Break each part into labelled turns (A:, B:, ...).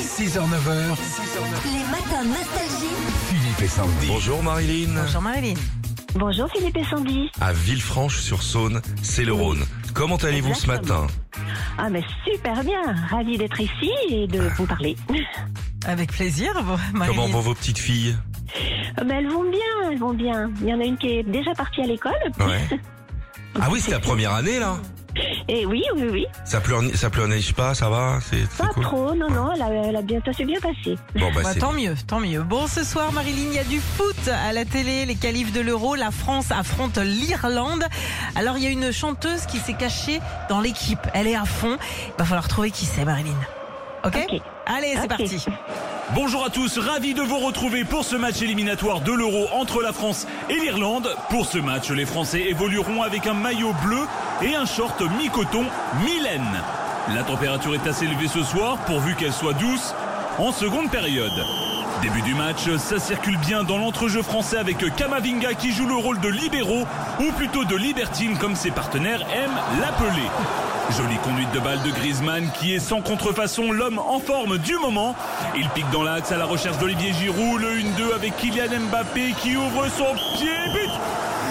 A: 6h, 9h,
B: Les matins nostalgiques.
A: Philippe et Sandy.
C: Bonjour Marilyn.
D: Bonjour Marilyn.
B: Bonjour Philippe et Sandy.
C: À Villefranche-sur-Saône, c'est le Rhône. Comment allez-vous ce
B: Exactement.
C: matin
B: Ah mais super bien, ravi d'être ici et de vous parler.
D: Avec plaisir, bon, Marilyn. Bah,
C: Comment vont vos petites filles
B: Ah, Mais elles vont bien, elles vont bien. Il y en a une qui est déjà partie à l'école.
C: Ouais. Ah oui, c'est la première année là.
B: Et oui, oui, oui,
C: Ça pleurne, ça pleurniche pas, ça va, c'est c'est
B: pas
C: cool.
B: trop, non, non, elle a, elle a bien, ça s'est bien passé.
C: Bon bah
D: Bah,
C: c'est
D: tant mieux, tant mieux. Bon, ce soir, Marilyn, il y a du foot à la télé, les qualifs de l'Euro, la France affronte l'Irlande. Alors, il y a une chanteuse qui s'est cachée dans l'équipe. Elle est à fond. Il va falloir trouver qui c'est, Marilyn. Ok,
B: Ok.
D: Allez, c'est
B: Ok.
D: parti.
E: Bonjour à tous, ravi de vous retrouver pour ce match éliminatoire de l'Euro entre la France et l'Irlande. Pour ce match, les Français évolueront avec un maillot bleu et un short mi-coton mi-laine. La température est assez élevée ce soir, pourvu qu'elle soit douce, en seconde période. Début du match, ça circule bien dans l'entrejeu français avec Kamavinga qui joue le rôle de libéraux, ou plutôt de libertine comme ses partenaires aiment l'appeler. Jolie conduite de balle de Griezmann qui est sans contrefaçon l'homme en forme du moment. Il pique dans l'axe à la recherche d'Olivier Giroud, le 1-2 avec Kylian Mbappé qui ouvre son pied.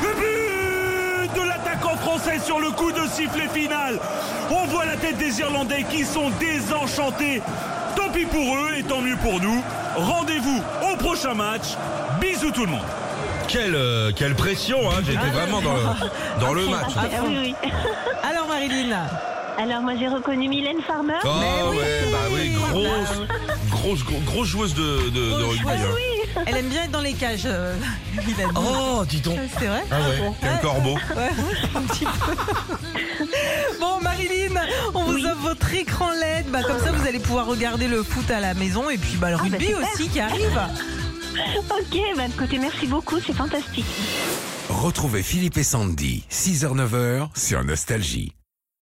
E: But But de l'attaquant français sur le coup de sifflet final. On voit la tête des Irlandais qui sont désenchantés. Tant pis pour eux et tant mieux pour nous. Rendez-vous au prochain match. Bisous tout le monde.
C: quelle euh, quelle pression hein, j'étais vraiment dans le, dans le match.
B: Ah, oui, oui.
D: Alors, Marilyn.
B: Alors moi j'ai reconnu Mylène Farmer.
C: Ah
D: oui.
C: ouais, bah oui, grosse grosse grosse, grosse joueuse de, de, de
D: Grosse
C: rugby.
D: joueuse,
C: hein.
D: Elle aime bien être dans les cages, euh, Mylène.
C: Oh, dis donc.
D: C'est vrai
C: Ah ouais, quel corbeau.
D: Ouais, un petit peu. Bon, Marilyn, on vous offre votre écran LED. Bah, comme ça, vous allez pouvoir regarder le foot à la maison et puis bah, le
B: bah,
D: rugby
B: super.
D: aussi qui arrive.
B: Ok, bah, de côté merci beaucoup, c'est fantastique.
A: Retrouvez Philippe et Sandy, 6h, 9h, sur Nostalgie.